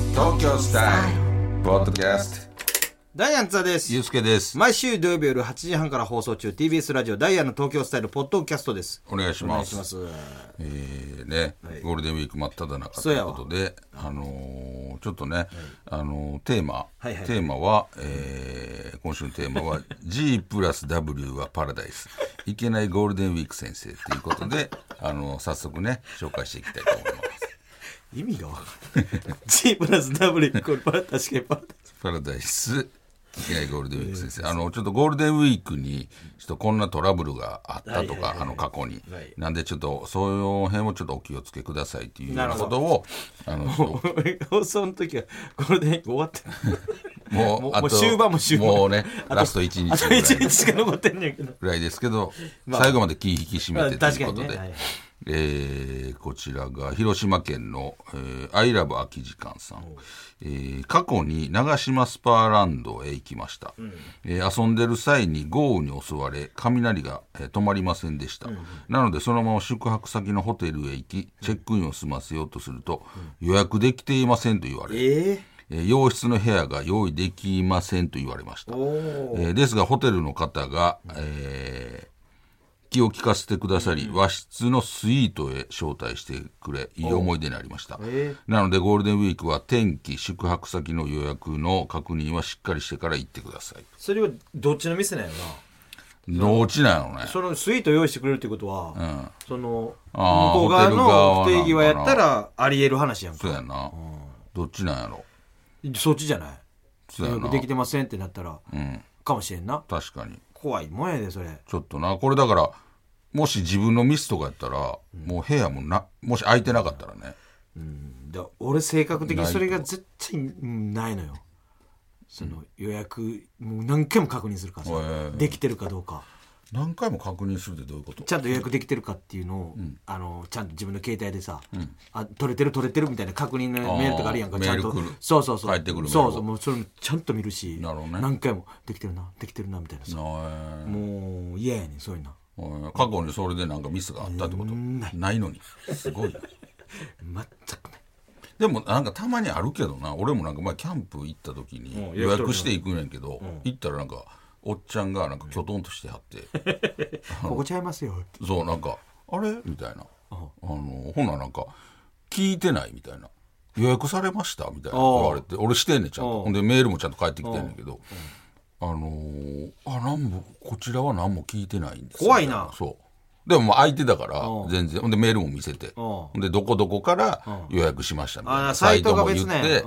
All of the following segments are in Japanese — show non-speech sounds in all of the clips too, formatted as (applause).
スタイルポッドキャストダイアンツァですゆうすけです毎週土曜日夜8時半から放送中 TBS ラジオダイアンの東京スタイルポッドキャストですお願いしお願まいしすますえーね、ゴールデンウィーク真っ只中とそういうやわことであのーちょっとね、あのーテーマ、はいはいテーマは、えー今週のテーマ (laughs) は G プラス W はパラダイスいけないゴールデンウィーク先生ということであのー早速ね紹介していきたいと思います意味がわからない G プラス W これパラ確かにパラパラダイスいけないゴールデンウィーク先生あのちょっとゴールデンウィークにちょっとこんなトラブルがあったとかあの過去に、はいなんでちょっとそういう辺をちょっとお気をつけくださいっていうようななるほこどとをあ (laughs) のちょっと放送の時はこれで終わってももうう、あともう終盤も終盤もうね、あと (laughs) ラスト1あ日とぐらい1日しか残ってんねんけどぐらいですけど、まあ最後まで気引き締めてまあということ確かにでねはいはい。えーこちらが広島県の、えー、アイラブ空き時間さん、えー過去に長島スパーランドへ行きました、えー遊んでる際に豪雨に襲われ雷が、えー止まりませんでした、なのでそのまま宿泊先のホテルへ行きチェックインを済ませようとすると、予約できていませんと言われえええー洋室の部屋が用意できませんと言われました、えーですがホテルの方が、えー気を利かせてくださり、和室のスイートへ招待してくれいい思い出になりました、なのでゴールデンウィークは天気宿泊先の予約の確認はしっかりしてから行ってくださいそれはどっちの店なんやろなどっちなんやろねそのスイート用意してくれるってことは、その向あーこう側のホ不テル側定義はやったらあり得る話やんかそうやな、どっちなんやろそっちじゃないそうや予な約できてませんってなったら、かもしれんな確かに怖いもんやでそれちょっとなこれだからもし自分のミスとかやったら、もう部屋もなもし空いてなかったらね、だ俺性格的にそれが絶対うんないのよその予約もう何回も確認するからさ、へえできてるかどうか何回も確認するってどういうことちゃんと予約できてるかっていうのを、あのちゃんと自分の携帯でさ、あ取れてる取れてるみたいな確認のメールとかあるやんかあーちゃんとメール来るそうそうそう返ってくるメールそうそうもうそれもちゃんと見るしなるほどね何回もできてるなできてるなみたいなさ、なもう嫌やねんそういうのえうん過去にそれでなんかミスがあったってことないのにすごいな全くないでもなんかたまにあるけどな俺もなんか前キャンプ行った時にうん予約していくんやけど、行ったらなんかおっちゃんがなんかきょとんとしてはって、ここちゃいますよってそうなんか「あれ?」みたいなあのほななんか「聞いてない」みたいな「予約されました」みたいなああ言われて俺してんねんちゃんああとほんでメールもちゃんと返ってきてんねんけどあのーあなんもこちらは何も聞いてないんです怖いみたなそうでももう空いてたからうん全然ほんでメールも見せてほんでどこどこから予約しましたみたいあなあサイトがも言っ別ねて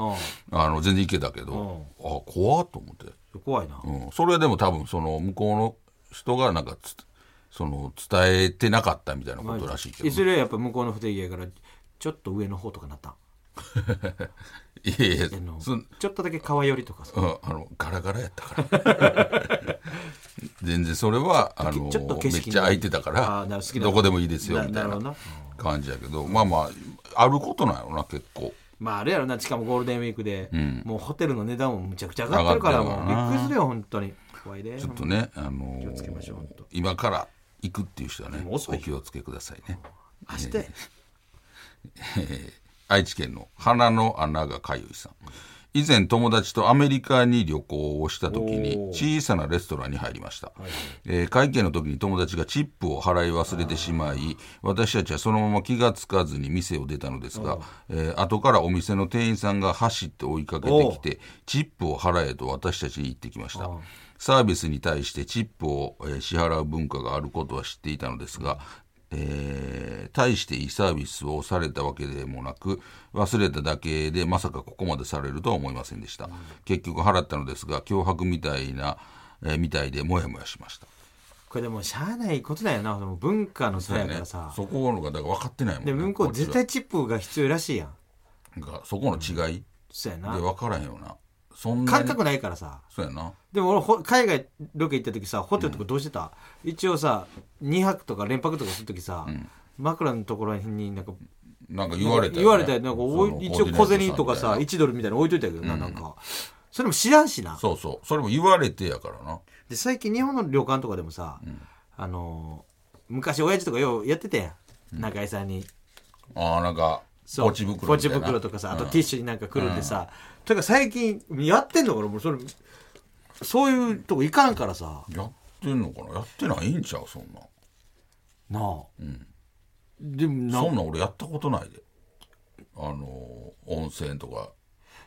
あの全然行けたけどあ怖っと思って。怖いな、うん、それはでも多分その向こうの人がなんかつその伝えてなかったみたいなことらしいけど、いずれはやっぱ向こうの不定義やからちょっと上の方とかなったんいやいやあのそんちょっとだけ川寄りとかさうんあのガラガラやったから (laughs) 全然それはあのちょっとめ景っ色ちゃ空いてたかあーらなるほど好きなどこでもいいですよみたいななるほどなな感じやけどまあまああることなんやろな結構まああれやろなしかもゴールデンウィークで、もうホテルの値段もむちゃくちゃ上がってるから上がってもるうからなびっくりするよ本当に怖いでちょっとね、あの気をつけましょうほんと今から行くっていう人はねもうお遅いよ気をつけくださいね明日愛知県の鼻の穴がかゆいさん以前友達とアメリカに旅行をした時に小さなレストランに入りました、えー会計の時に友達がチップを払い忘れてしまい私たちはそのまま気がつかずに店を出たのですが、えー後からお店の店員さんが走って追いかけてきてチップを払えと私たちに言ってきましたサービスに対してチップをえー支払う文化があることは知っていたのですが、えー大していいサービスをされたわけでもなく忘れただけでまさかここまでされるとは思いませんでした、結局払ったのですが脅迫みたいな、えーみたいでモヤモヤしましたこれでもしゃあないことだよなその文化の差やからさ、そこのがだから分かってないもん、ね、で向こう絶対チップが必要らしいやんこっちがそこの違いでそうやな分からへんよなそんな感に覚ないからさそうやなでも俺ほ海外ロケ行った時さホテルとかどうしてた、一応さ2泊とか連泊とかする時さ、枕のところになんかなんか言われたよね言われたよなんかおいその一応コ小ーディネー銭トとかみさたいな1ドルみたいなの置いといたけどな、なんかそれも知らんしなそうそうそれも言われてやからなで最近日本の旅館とかでもさ、あのー昔親父とかようやってたやん中居さんにああなんかそうポチ袋みたいなポチ袋とかさあとティッシュになんかくるんでさ、とか最近やってんのかなもうそれそういうとこ行かんからさやってんのかなやってないんちゃうそんななあ、でもなそんなん俺やったことないであのー温泉とか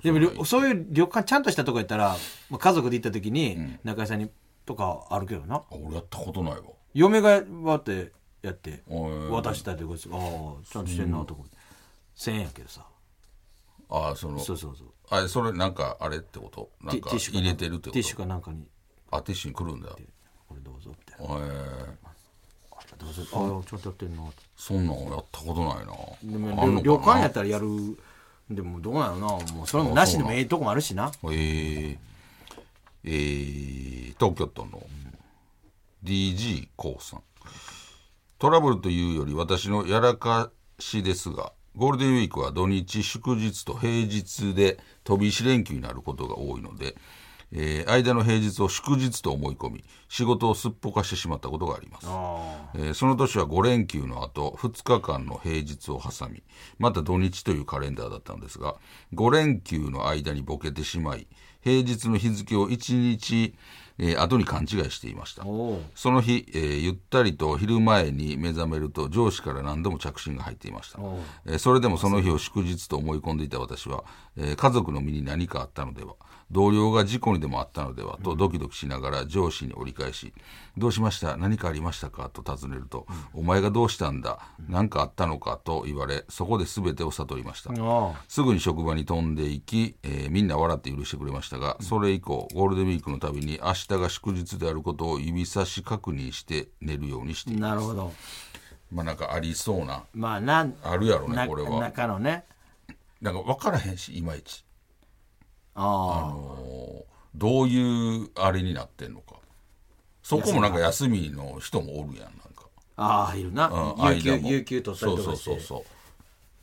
でもりょそういう旅館ちゃんとしたとこやったら、まあ、家族で行った時に中居さんにとかあるけどなあ俺やったことないわ嫁がわってやってへー渡したってことですああちゃんとしてんなと思って1000円やけどさあそのそうそうそうあれそれなんかあれってことなテんィかティッシュか入れてるってことティッシュかなんかにあティッシュに来るんだへ「これどうぞ」ってえ「どうぞ」ああちゃんとやってんなとそんなん俺やったことないなでもあん旅の旅か館なやったらやるでもどうなのなもうそれもなしでもええとこもあるしなえー、えー、東京都の DG コウさんトラブルというより私のやらかしですがゴールデンウィークは土日祝日と平日で飛び石連休になることが多いので、えー間の平日を祝日と思い込み仕事をすっぽかしてしまったことがありますあえーその年は5連休の後2日間の平日を挟みまた土日というカレンダーだったのですが5連休の間にボケてしまい平日の日付を1日、えー後に勘違いしていましたあおうその日、えーゆったりと昼前に目覚めると上司から何度も着信が入っていました、えーそれでもその日を祝日と思い込んでいた私は、えー家族の身に何かあったのでは同僚が事故にでもあったのではとドキドキしながら上司に折り返し「どうしました何かありましたか?」と尋ねると「お前がどうしたんだ何かあったのか?」と言われそこで全てを悟りました、あすぐに職場に飛んでいき、えーみんな笑って許してくれましたが、それ以降、ゴールデンウィークのたびに明日が祝日であることを指差し確認して寝るようにしている、なるほどまあなんかありそうな、まあなんあるやろね、なこれは。中のねなんか分からへんし、いまいち。ああのーどういうあれになってんのか。そこもなんか休みの人もおるやん、なんか。あああいるなうん有給間も有給取ったりとそかうしてそうそ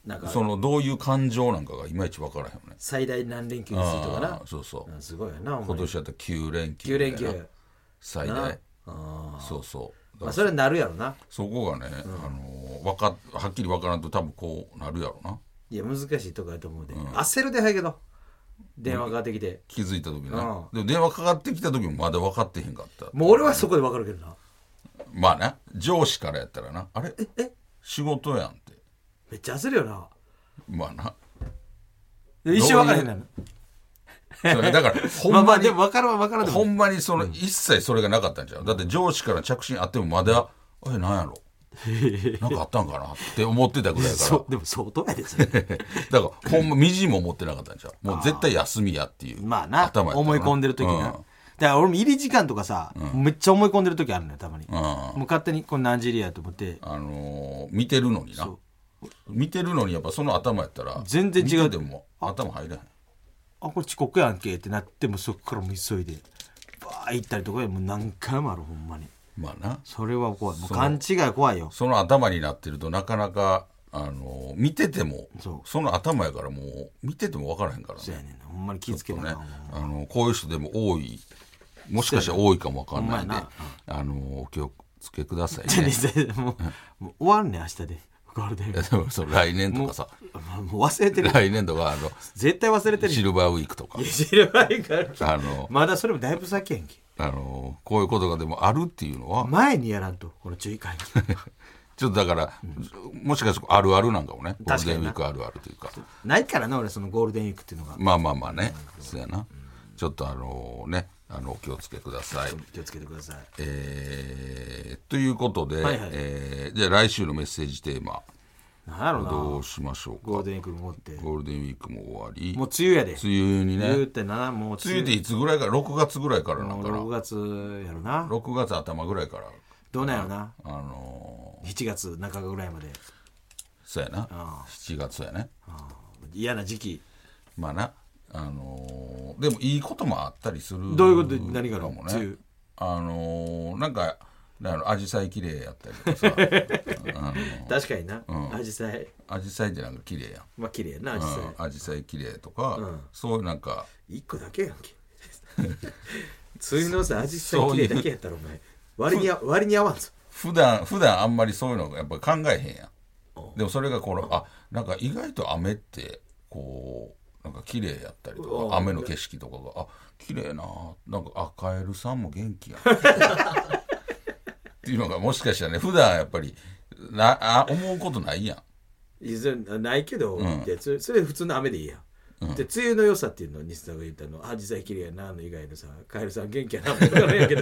うなんそう。かその、どういう感情なんかがいまいち分からへんよね。最大何連休にするとかなあーそうそう。うんすごいよなお今前年だったら9連休9みたい連な。休最な大。あーそうそう。だかまあらそれはなるやろなそこがね、あのーわかはっきり分からんと多分こうなるやろな。いや難しいとこやと思うで焦るではいけど電話かかってきて気づいた時ね。んでも電話かかってきた時もまだ分かってへんかった。もう俺はそこでわかるけどなまあね、上司からやったらな、あれえ仕事やんって。めっちゃ焦るよなまあな。で一生分からへんねんそれだ (laughs) から、ほまあんままあにで、も分からん分からんでほもんまにその、一切それがなかったんちゃうだって上司から着信あってもまだ、え、なん (laughs) やろなんかあったんかなって思ってたぐらいやからそ。うでも相当やでそれ (laughs) だからほんまみじんも思ってなかったんちゃうもう絶対休みやっていうまあな頭やった思い込んでる時なだうんから俺も入り時間とかさめっちゃ思い込んでる時あるのよたまにもうう勝手にこれ何時入りやと思ってんあのー見てるのにな見てるのにやっぱその頭やったら全然違う見てても頭入らへんあこれ遅刻やんけってなってもうそこからもう急いでバー行ったりとかもう何回もあるほんまにまあなそれは怖いもう勘違い怖いよその頭になってるとなかなか、あのー見ててもそその頭やからもう見てても分からへんからそうねやねんなほんまに気ぃつけなあねかんわあのーこういう人でも多いもしかしたら多いかも分かんないんで、ほんまあのーお気をつけくださいじゃあねねそれもうもう終わるね明日でゴールデンウィいやーでもそう来年とかさクもうもう忘れてる来年度があの絶対忘れてるシルバーウィークとか知らないからあのまだそれもだいぶ先やんけあのこういうことがでもあるっていうのは前にやらんとこの注意会 (laughs) ちょっとだから、もしかするとあるあるなんかもねゴール確かデンにウィなークあるあるというかないからな俺そのゴールデンウィークっていうのがまあまあまあねそうやなちょっとあのねあのお気をつけください。気をつけてくださいえーということで、はいはいえーじゃあ来週のメッセージテーマなんやろうなどうしましょうゴーかルデンウィークもってもうゴールデンウィークも終わり梅雨やで梅雨にね梅雨っ梅てなもう雨っていつぐらいから6月ぐらいからなもんうかな6月やろな6月頭ぐらいからどうなんやろなあの7月中ぐらいまでーそうやなあ7月やね嫌な時期まあな、あのーでもいいこともあったりするどういうこと何があかるのも梅ね雨。あのーなんか、なんやろ、アジサイ綺麗やったりとかさ、 (laughs) 確かになアジサイアジサイってなんか綺麗やん。まあ綺麗やなアジサうんアジサイ綺麗とか、そういうなんか、イ1個だけやんけ梅雨のさアジサイ綺麗だけやったらお前割にあ割に合わんぞ普段普段あんまりそういうのやっぱ考えへんやん。でもそれがこの、あ、なんか意外と雨ってこうなんか綺麗やったりとか雨の景色とかがあ綺麗ななんかあカエルさんも元気やなっていうのがもしかしたらね普段やっぱりなあ思うことないやんいずれないけど、んでそれそれ普通の雨でいいや、ん、で梅雨の良さっていうのを西田が言ったのあ実際綺麗やなの以外のさカエルさん元気やなも分からんやけ (laughs) ど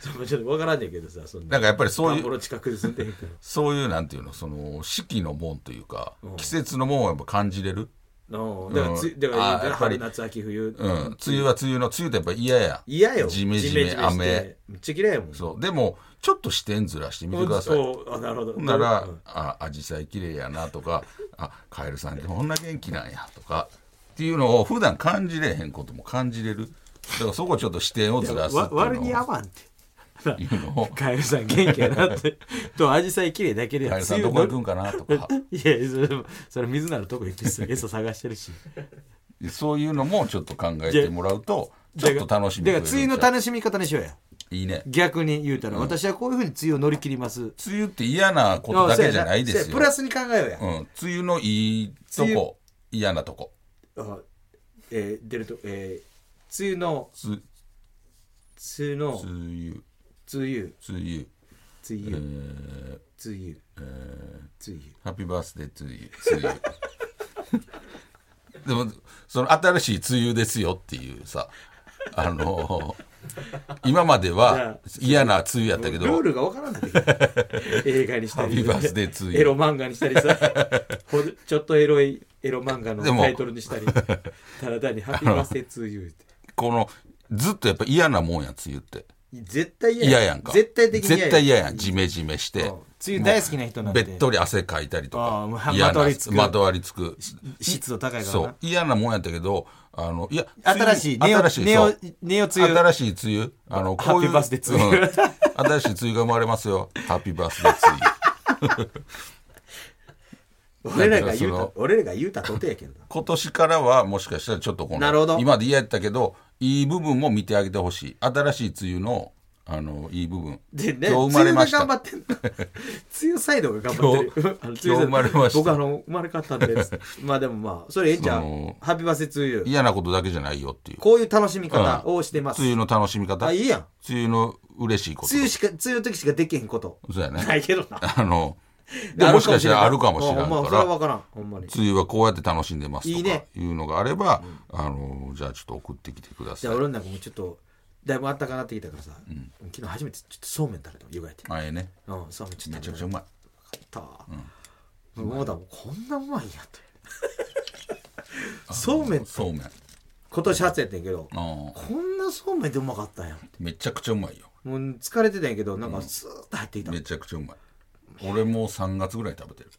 それちょっと分からんねんけどさそんななんかやっぱりそういう田んぼの近くで住んでへんからそういうなんていうのその四季のもんというか季節のもんをやっぱ感じれる、うんだからつだかあーらやだからっぱり春夏秋冬うん、梅雨は梅雨の梅雨ってやっぱ嫌や嫌よジメジメして雨めっちゃ嫌いやもんそうでもちょっと視点ずらしてみてくださいそうあなるほどほんならうん「あアジサイ綺麗やな」とか「あカエルさんってこんな元気なんや」とかっていうのを普段感じれへんことも感じれるだからそこちょっと視点をずらすってわいう割に合のをわんっていうのを (laughs) カエルさん元気やなってとアジサイ綺麗だけでカエルさん梅ど雨こ行くんのかなとかいやそれそれ水なるとこ行ってさ餌探してるしそういうのもちょっと考えてもらうと (laughs) ちょっと楽しみだから梅雨の種楽しみ方にしようやいいね逆に言うたら、私はこういうふうに梅雨を乗り切ります梅雨って嫌なことだけじゃないですそうよやプラスに考えようや、うん、梅雨のいいと梅こ嫌なとこあえー出るとえー梅雨のつ梅梅雨の雨梅雨梅雨梅雨え梅ーえ雨ー梅雨ハッピーバースデーツーツー (laughs) でもその新しい梅雨ですよっていうさあのー今までは嫌な梅雨やったけどルールがわからんなってきた映画にした (laughs) ハッりピーバースデーツーエロ漫画にしたりさ (laughs) ほんでちょっとエロいエロ漫画のでもタイトルにしたりただ単に「ハッピーバースデーツーユー」ってこのずっとやっぱ嫌なもんや梅雨って絶対嫌嫌やんか絶対的に絶対嫌やんジメジメしてうん梅雨大好きな人なんべでっとり汗かいたりとああまかあ嫌なまとわりつくまとわりつく湿度高いからそなう嫌なもんやったけどあのいや新しいネオ新しいネそオうネオ梅雨新しい梅雨あのこういうハッピーバースデー梅雨うん新しい梅雨が生まれますよハッピーバースデー梅雨 (laughs) 俺らが言うだからそた俺らが言うたことやけどな今年からはもしかしたらちょっとこのなるほど今まで嫌やったけどいい部分も見てあげてほしい新しい梅雨のあのいい部分でね今日生まれました梅雨が頑張ってんの梅雨サイドが頑張ってるあの梅雨サイド今日生まれました僕あの生まれ変わったんでまあでもまあそれええんちゃうそのハッピーバースデー梅雨嫌なことだけじゃないよっていうこういう楽しみ方をしてます、梅雨の楽しみ方あい梅いやん雨の嬉しいこと梅雨しか梅雨の時しかできへんことそうやねないけどなあので (laughs) もしかしたらあるかもしれないほんまかそれはら分からんほんまに梅雨はこうやって楽しんでますいいとかねいうのがあれば、あのじゃあちょっと送ってきてくだじさゃいあ。俺の中もちょっとだいぶあったかなってきたからさ、昨日初めてちょっとそうめん食べたの湯がいてあええねうんそうめんちょめっとちゃ食くべちゃうまい。たわもうだもんこんなうまいんや (laughs) ってそうめんそうめん。今年初やってんけどああこんなそうめんでうまかったんやってめちゃくちゃうまいよ。もう疲れてたんやけどなんかスーッと入ってきた、めちゃくちゃうまい。俺もう3月ぐらい食べてる。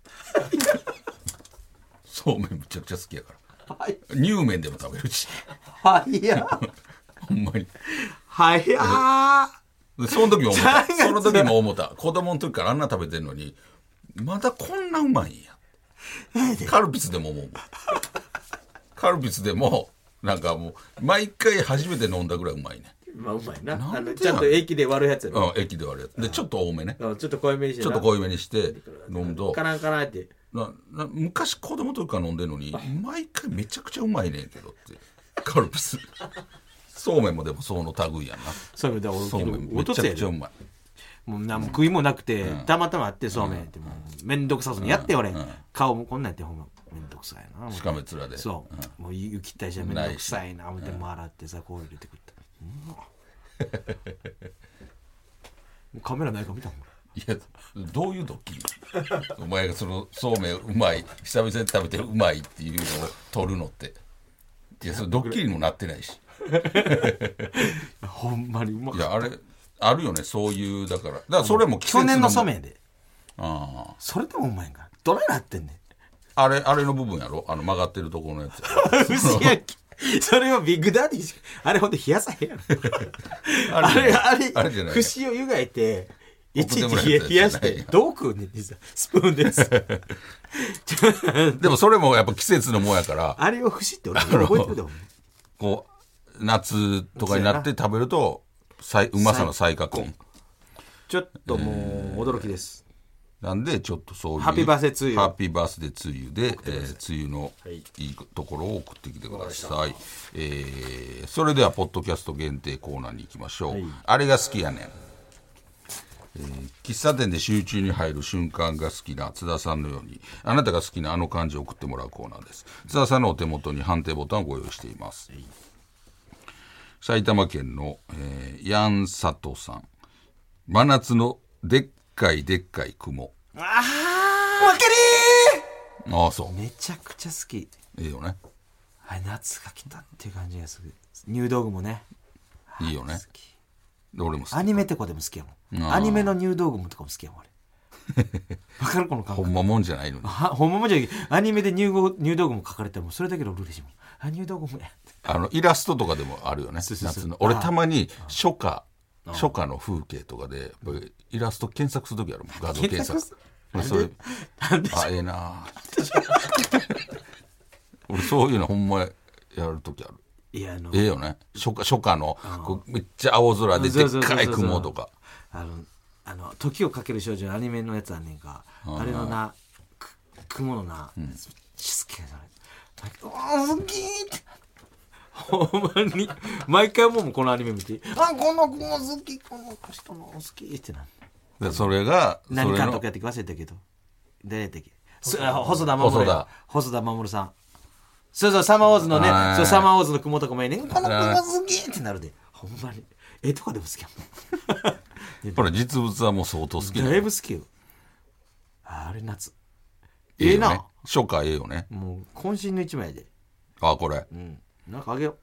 (laughs) そうめんめちゃくちゃ好きやから。はい乳麺でも食べるし。 (laughs) はいやほんまに。はいやーでその時も思っ3た。月その時も思った。子供の時からあんな食べてるのに、まだこんなうまいんや。カルピスでも思うもん。カルピスでも、なんかもう、毎回初めて飲んだぐらいうまいね。まあうまいななんでやあのちゃんと駅で割るやつやろ、うん、駅ではあれやつ。で、ちょっと多めね。うんちょっと濃いめにしてちょっと濃いめにして飲むとカランカランってなな昔子供の時から飲んでるのに毎回めちゃくちゃうまいねんけどってカルピスそうめんもでもその類やなそうめんだ俺そうめんめおとちゃつくやちゃうでまいもう何も食いもなくて、たまたまあってそうめんってもう面倒くさそうにやって俺、顔もこんなんやってほんま面倒くさいなしかめ面でそう、もう雪ったりじゃ面倒くさいな思ってもう洗ってさこう入れてくった、うんもうカメラないから見たもんいやどういうドッキリお前がそのそうめんうまい久々に食べてうまいっていうのを取るのっていやそれドッキリにもなってないし俺ほんまにうまいかっやあれあるよねそういうだからだからそれも季た節去年のそうもめんんやであそれでもうまいんかどないなってんねんああれあれの部分やろあの曲がってるところのやつやろ牛焼き。 (laughs) それはビッグダディしかあれほんと冷やさへんやろ。あれ、あれ、あれじゃない節を湯がいて、いちい送ってもらち冷えたややつ冷やしじゃないてよ、どう食うねんってさ、スプーン (laughs) です。でもそれもやっぱ季節のもんやからあれを節って俺覚えてるでもん。こう夏とかになって食べるとさいうまさの再確認ちょっともう、驚きです。なんでちょっとそういうハッピーバースデーツーユーハッピーバースデーツーユーで、えー、梅雨のはいいいところを送ってきてください、えーそれではポッドキャスト限定コーナーに行きましょう、あれが好きやねん、えー喫茶店で集中に入る瞬間が好きな津田さんのようにあなたが好きなあの漢字を送ってもらうコーナーです津田さんのお手元に判定ボタンをご用意しています、埼玉県の、えー、ヤンサトさん真夏のでっかいでっかい雲わかああそうめちゃくちゃ好きいいよねはい夏が来たっていう感じがする入道具もねいいよね好き俺も好きアニメとかでも好きやもあんーアニメの入道具もとかも好きやもん俺 (laughs) わかるこの感ほ覚んまもんじゃないのにはほんまもんじゃないアニメで入道入道具も書かれてもそれだけで俺嬉しいもんあ入道具もやあのイラストとかでもあるよねそうそうそう夏の俺たまに初夏初夏の風景とかでやっぱりイラスト検索する時あるもん画像検索検索それなんであええな (laughs) 俺そういうのほんまやる時あるいやあのええよね初夏初夏のこうめっちゃ青空ででっかい雲とかあのあの「時をかける少女」のアニメのやつあんねんかあれのなく雲のな、めっちゃ好きやなあれうわ好きーってほんまに毎回もうこのアニメ見て「あこの子も好きこの人も好き」ってなるでそれがそれ何監の督やってき忘れたけど誰やったっけすあ細田守細細田田細田守さんそうそうサマーウォーズのねはいそうサマーウォーズの雲とかもやねこの雲はい好きってなるでほんまに絵とかでも好きやもんほら実物はもう相当好きだいぶ好きよあれ夏ええええよな、ね初夏ええよねもう渾身の一枚やであこれうんなんかあげよ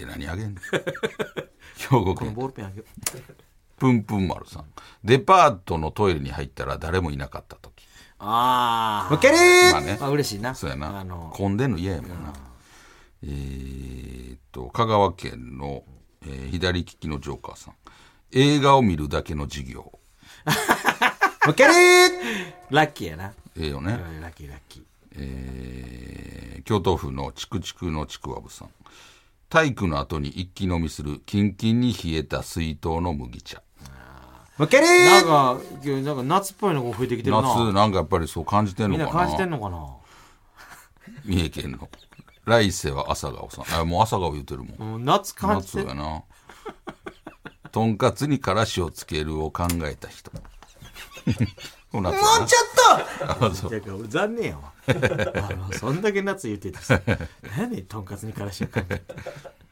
え何あげ (laughs) んの兵庫うこの県ボールペンあげようぷんぷん丸さんデパートのトイレに入ったら誰もいなかった時ああ負けるまあねまあ嬉しいなそうやなあの混んでんの嫌やもんなえーっと香川県の、えー左利きのジョーカーさん映画を見るだけの授業負ける (laughs) ラッキーやなええよね、うんラッキーラッキーえー京都府のちくちくのちくわぶさん体育の後に一気飲みするキンキンに冷えた水筒の麦茶負けるなんかなんか夏っぽいのが増えてきてるな夏なんかやっぱりそう感じてんみのんなか感なじてんのかな三重県の来世は朝顔さんあもう朝顔言うてるもんうん夏感じ夏てやなとんかつにからしをつけるを考えた人 (laughs) もう夏やなだから俺残念 (laughs) やわあのそんだけ夏言ってたし何やねんとんかつにからしをかけて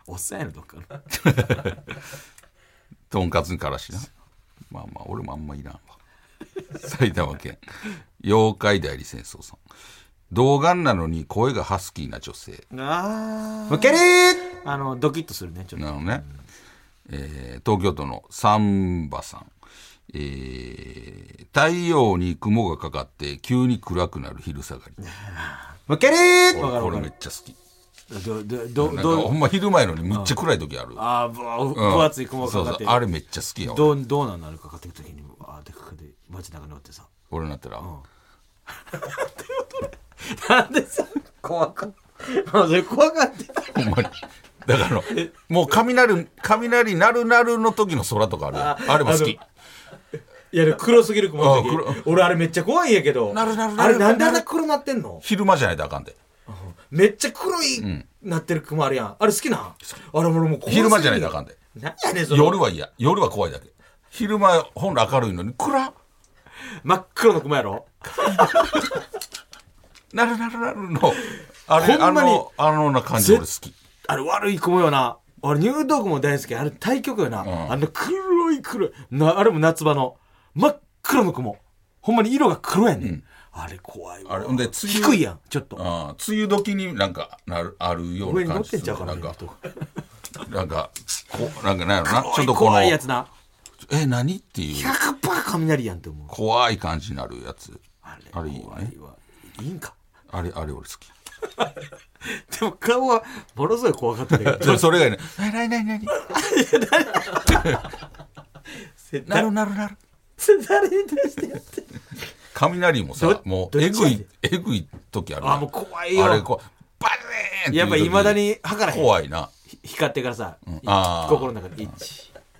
おっさんやろどっかのとんかつにからしなまあまあ俺もあんまいらんわ (laughs) 埼玉県妖怪代理戦争さん童顔なのに声がハスキーな女性あ負けるああのドキッとするねちょっとなのね、えー東京都のサンバさん、えー太陽に雲がかかって急に暗くなる昼下がり負けるわか俺るこわれかめっるちゃ好きどどどなんかほどんま昼前のにむっちゃ暗い時あるああぶわうん分厚い雲がかかっそてうそうあれめっちゃ好きやどうどうなんなるかかってくる時にああでかくで街中におってさ俺になったら、なんでさ怖かったそれ怖かったほんまにだからもう雷雷なるなるの時の空とかあるやんあれも好きいやでも黒すぎる雲の時あ黒俺あれめっちゃ怖いんやけどなるなるなあるれなんであれ黒なってんの昼間じゃないとあかんでめっちゃ黒いなってる雲あるやんあれ好きなんあれ俺もう怖すぎ昼る間じゃないとあかんでなんやねんその夜は嫌夜は怖いだけ昼間ほんら明るいのに暗っ真っ黒の雲やろなるなるなるのあれほんまにあのあのな感じ俺好きあれ悪い雲よな俺入道雲大好きあれ対局よな、んあの黒い黒いなあれも夏場の真っ黒の雲ほんまに色が黒やねん、あれ怖いわあれほんで梅雨低いやんちょっとああ梅雨時になんかなるあるよう上なに感乗っじすてんるちゃうかななんかとなんかこなんかなんやろなちょっとこの怖いやつなえ何っていう100%雷やんって思う怖い感じになるやつあれあれいいよ怖ねいわいいんかあれあれ俺好きでも顔はものすごい怖かったけどそれそれがね、なになになになに (laughs) なるなるなる。 (laughs) 誰に対してやって雷もさど、もう、どえっちぐやい、えぐい時あるやん。あもう怖いよあれ、こう、バレーンやっぱいいまだに測らへん怖いな。光ってからさ、あー心の中で123、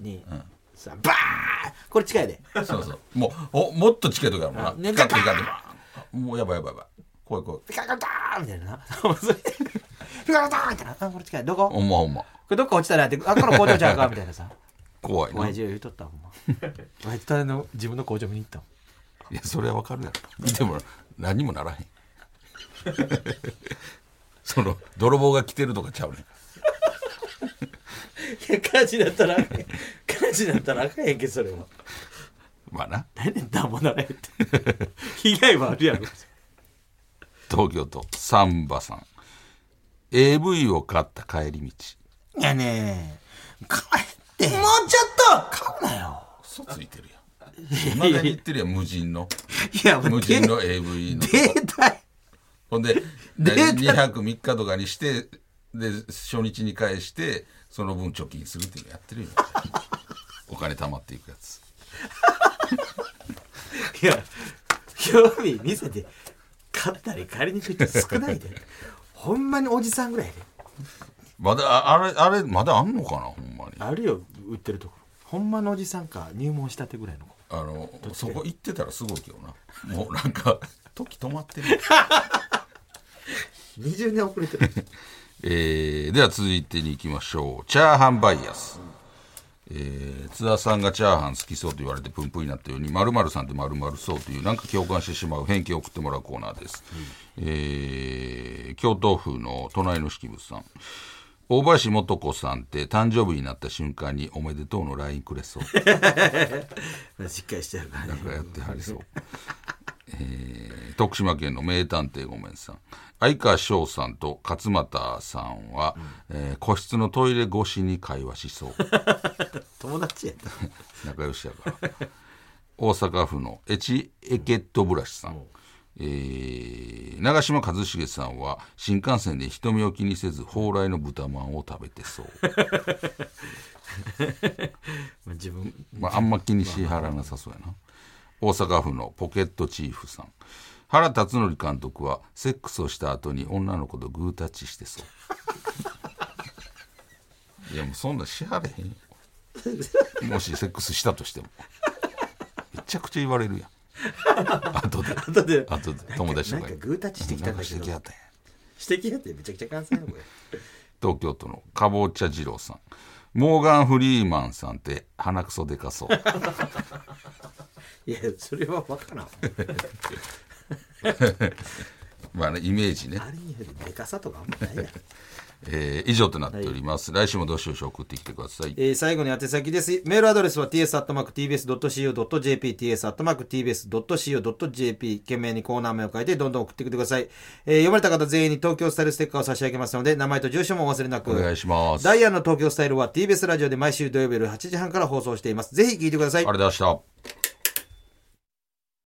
2さバーンこれ近いでそうそうもうおもっと近い時あるもんなあねピカッと光ってバーンもうやばいやばいやばい怖い怖いピカカターンみたいなな (laughs) それピカカターンみたいなあこれ近いどここほんまほんまれどっか落ちたなってあこの工場ちゃうかみたいなさ怖いな親い父が言うとったわほんま親父とあの自分の工場見に行ったもんやそれはわかるやろ見ても何にもならへん (laughs) その泥棒が来てるとかちゃうねんいや火事だったらあかん火事だったらあかんやんけそれはまあな何年だもなれって (laughs) 被害はあるやろ東京都サンバさん AV を買った帰り道いやねえ帰ってもうちょっと買うなよ嘘ついてるやんまだに言ってるやん無人のいやも無うデ人ーの AV のとこタやほんでデータ2泊3日とかにしてで初日に返してその分貯金するっていうのやってるよ (laughs) お金貯まっていくやついや興味見せて買ったり借りに行く人少ないでほんまにおじさんぐらいでまだああれあれまだあんのかなほんまにあるよ売ってるところほんまのおじさんか入門したてぐらいの子あのそこ行ってたらすごいけどなもうなんか時止まってる20年遅れてるえーでは続いてに行きましょうチャーハンバイアス、えー津田さんがチャーハン好きそうと言われてプンプンになったように〇〇さんって〇〇そうというなんか共感してしまう偏見を送ってもらうコーナーです、えー京都府の隣の式物さん大林素子さんって誕生日になった瞬間におめでとうの LINE くれそうしっかりしてるからなんねかやってはりそうえー徳島県の名探偵ごめんさん相川翔さんと勝俣さんは、えー個室のトイレ越しに会話しそう (laughs) 友達やった仲良しやから大阪府のエチエケットブラシさん、えー長嶋一茂さんは新幹線で人目を気にせず蓬莱の豚まんを食べてそう、まあ (laughs) 自分まあ、あんま気にしはらなさそうやな大阪府のポケットチーフさん原辰徳監督はセックスをした後に女の子とグータッチしてそういやもうそんなんしはれへんよもしセックスしたとしてもめちゃくちゃ言われるやん後で後で後で友達とかになんかグータッチしてきたんだけどなんかしてきはったんや指摘やってめちゃくちゃ関西のこれ東京都のかぼちゃ二郎さんモーガン・フリーマンさんって鼻くそでかそういやそれは分からんまあねイメージねあれによりでかさとかあんまないやんえー以上となっております、来週もどしどし送ってきてくださいえー最後に宛先です。メールアドレスは ts.tbs.co.jp、ts.tbs.co.jp、懸命にコーナー名を書いてどんどん送ってきてください。えー読まれた方全員に東京スタイルステッカーを差し上げますので、名前と住所もお忘れなく。お願いしますダイアンの東京スタイルは TBS ラジオで毎週土曜日夜8時半から放送しています。ぜひ聞いてくださいあ。れ出した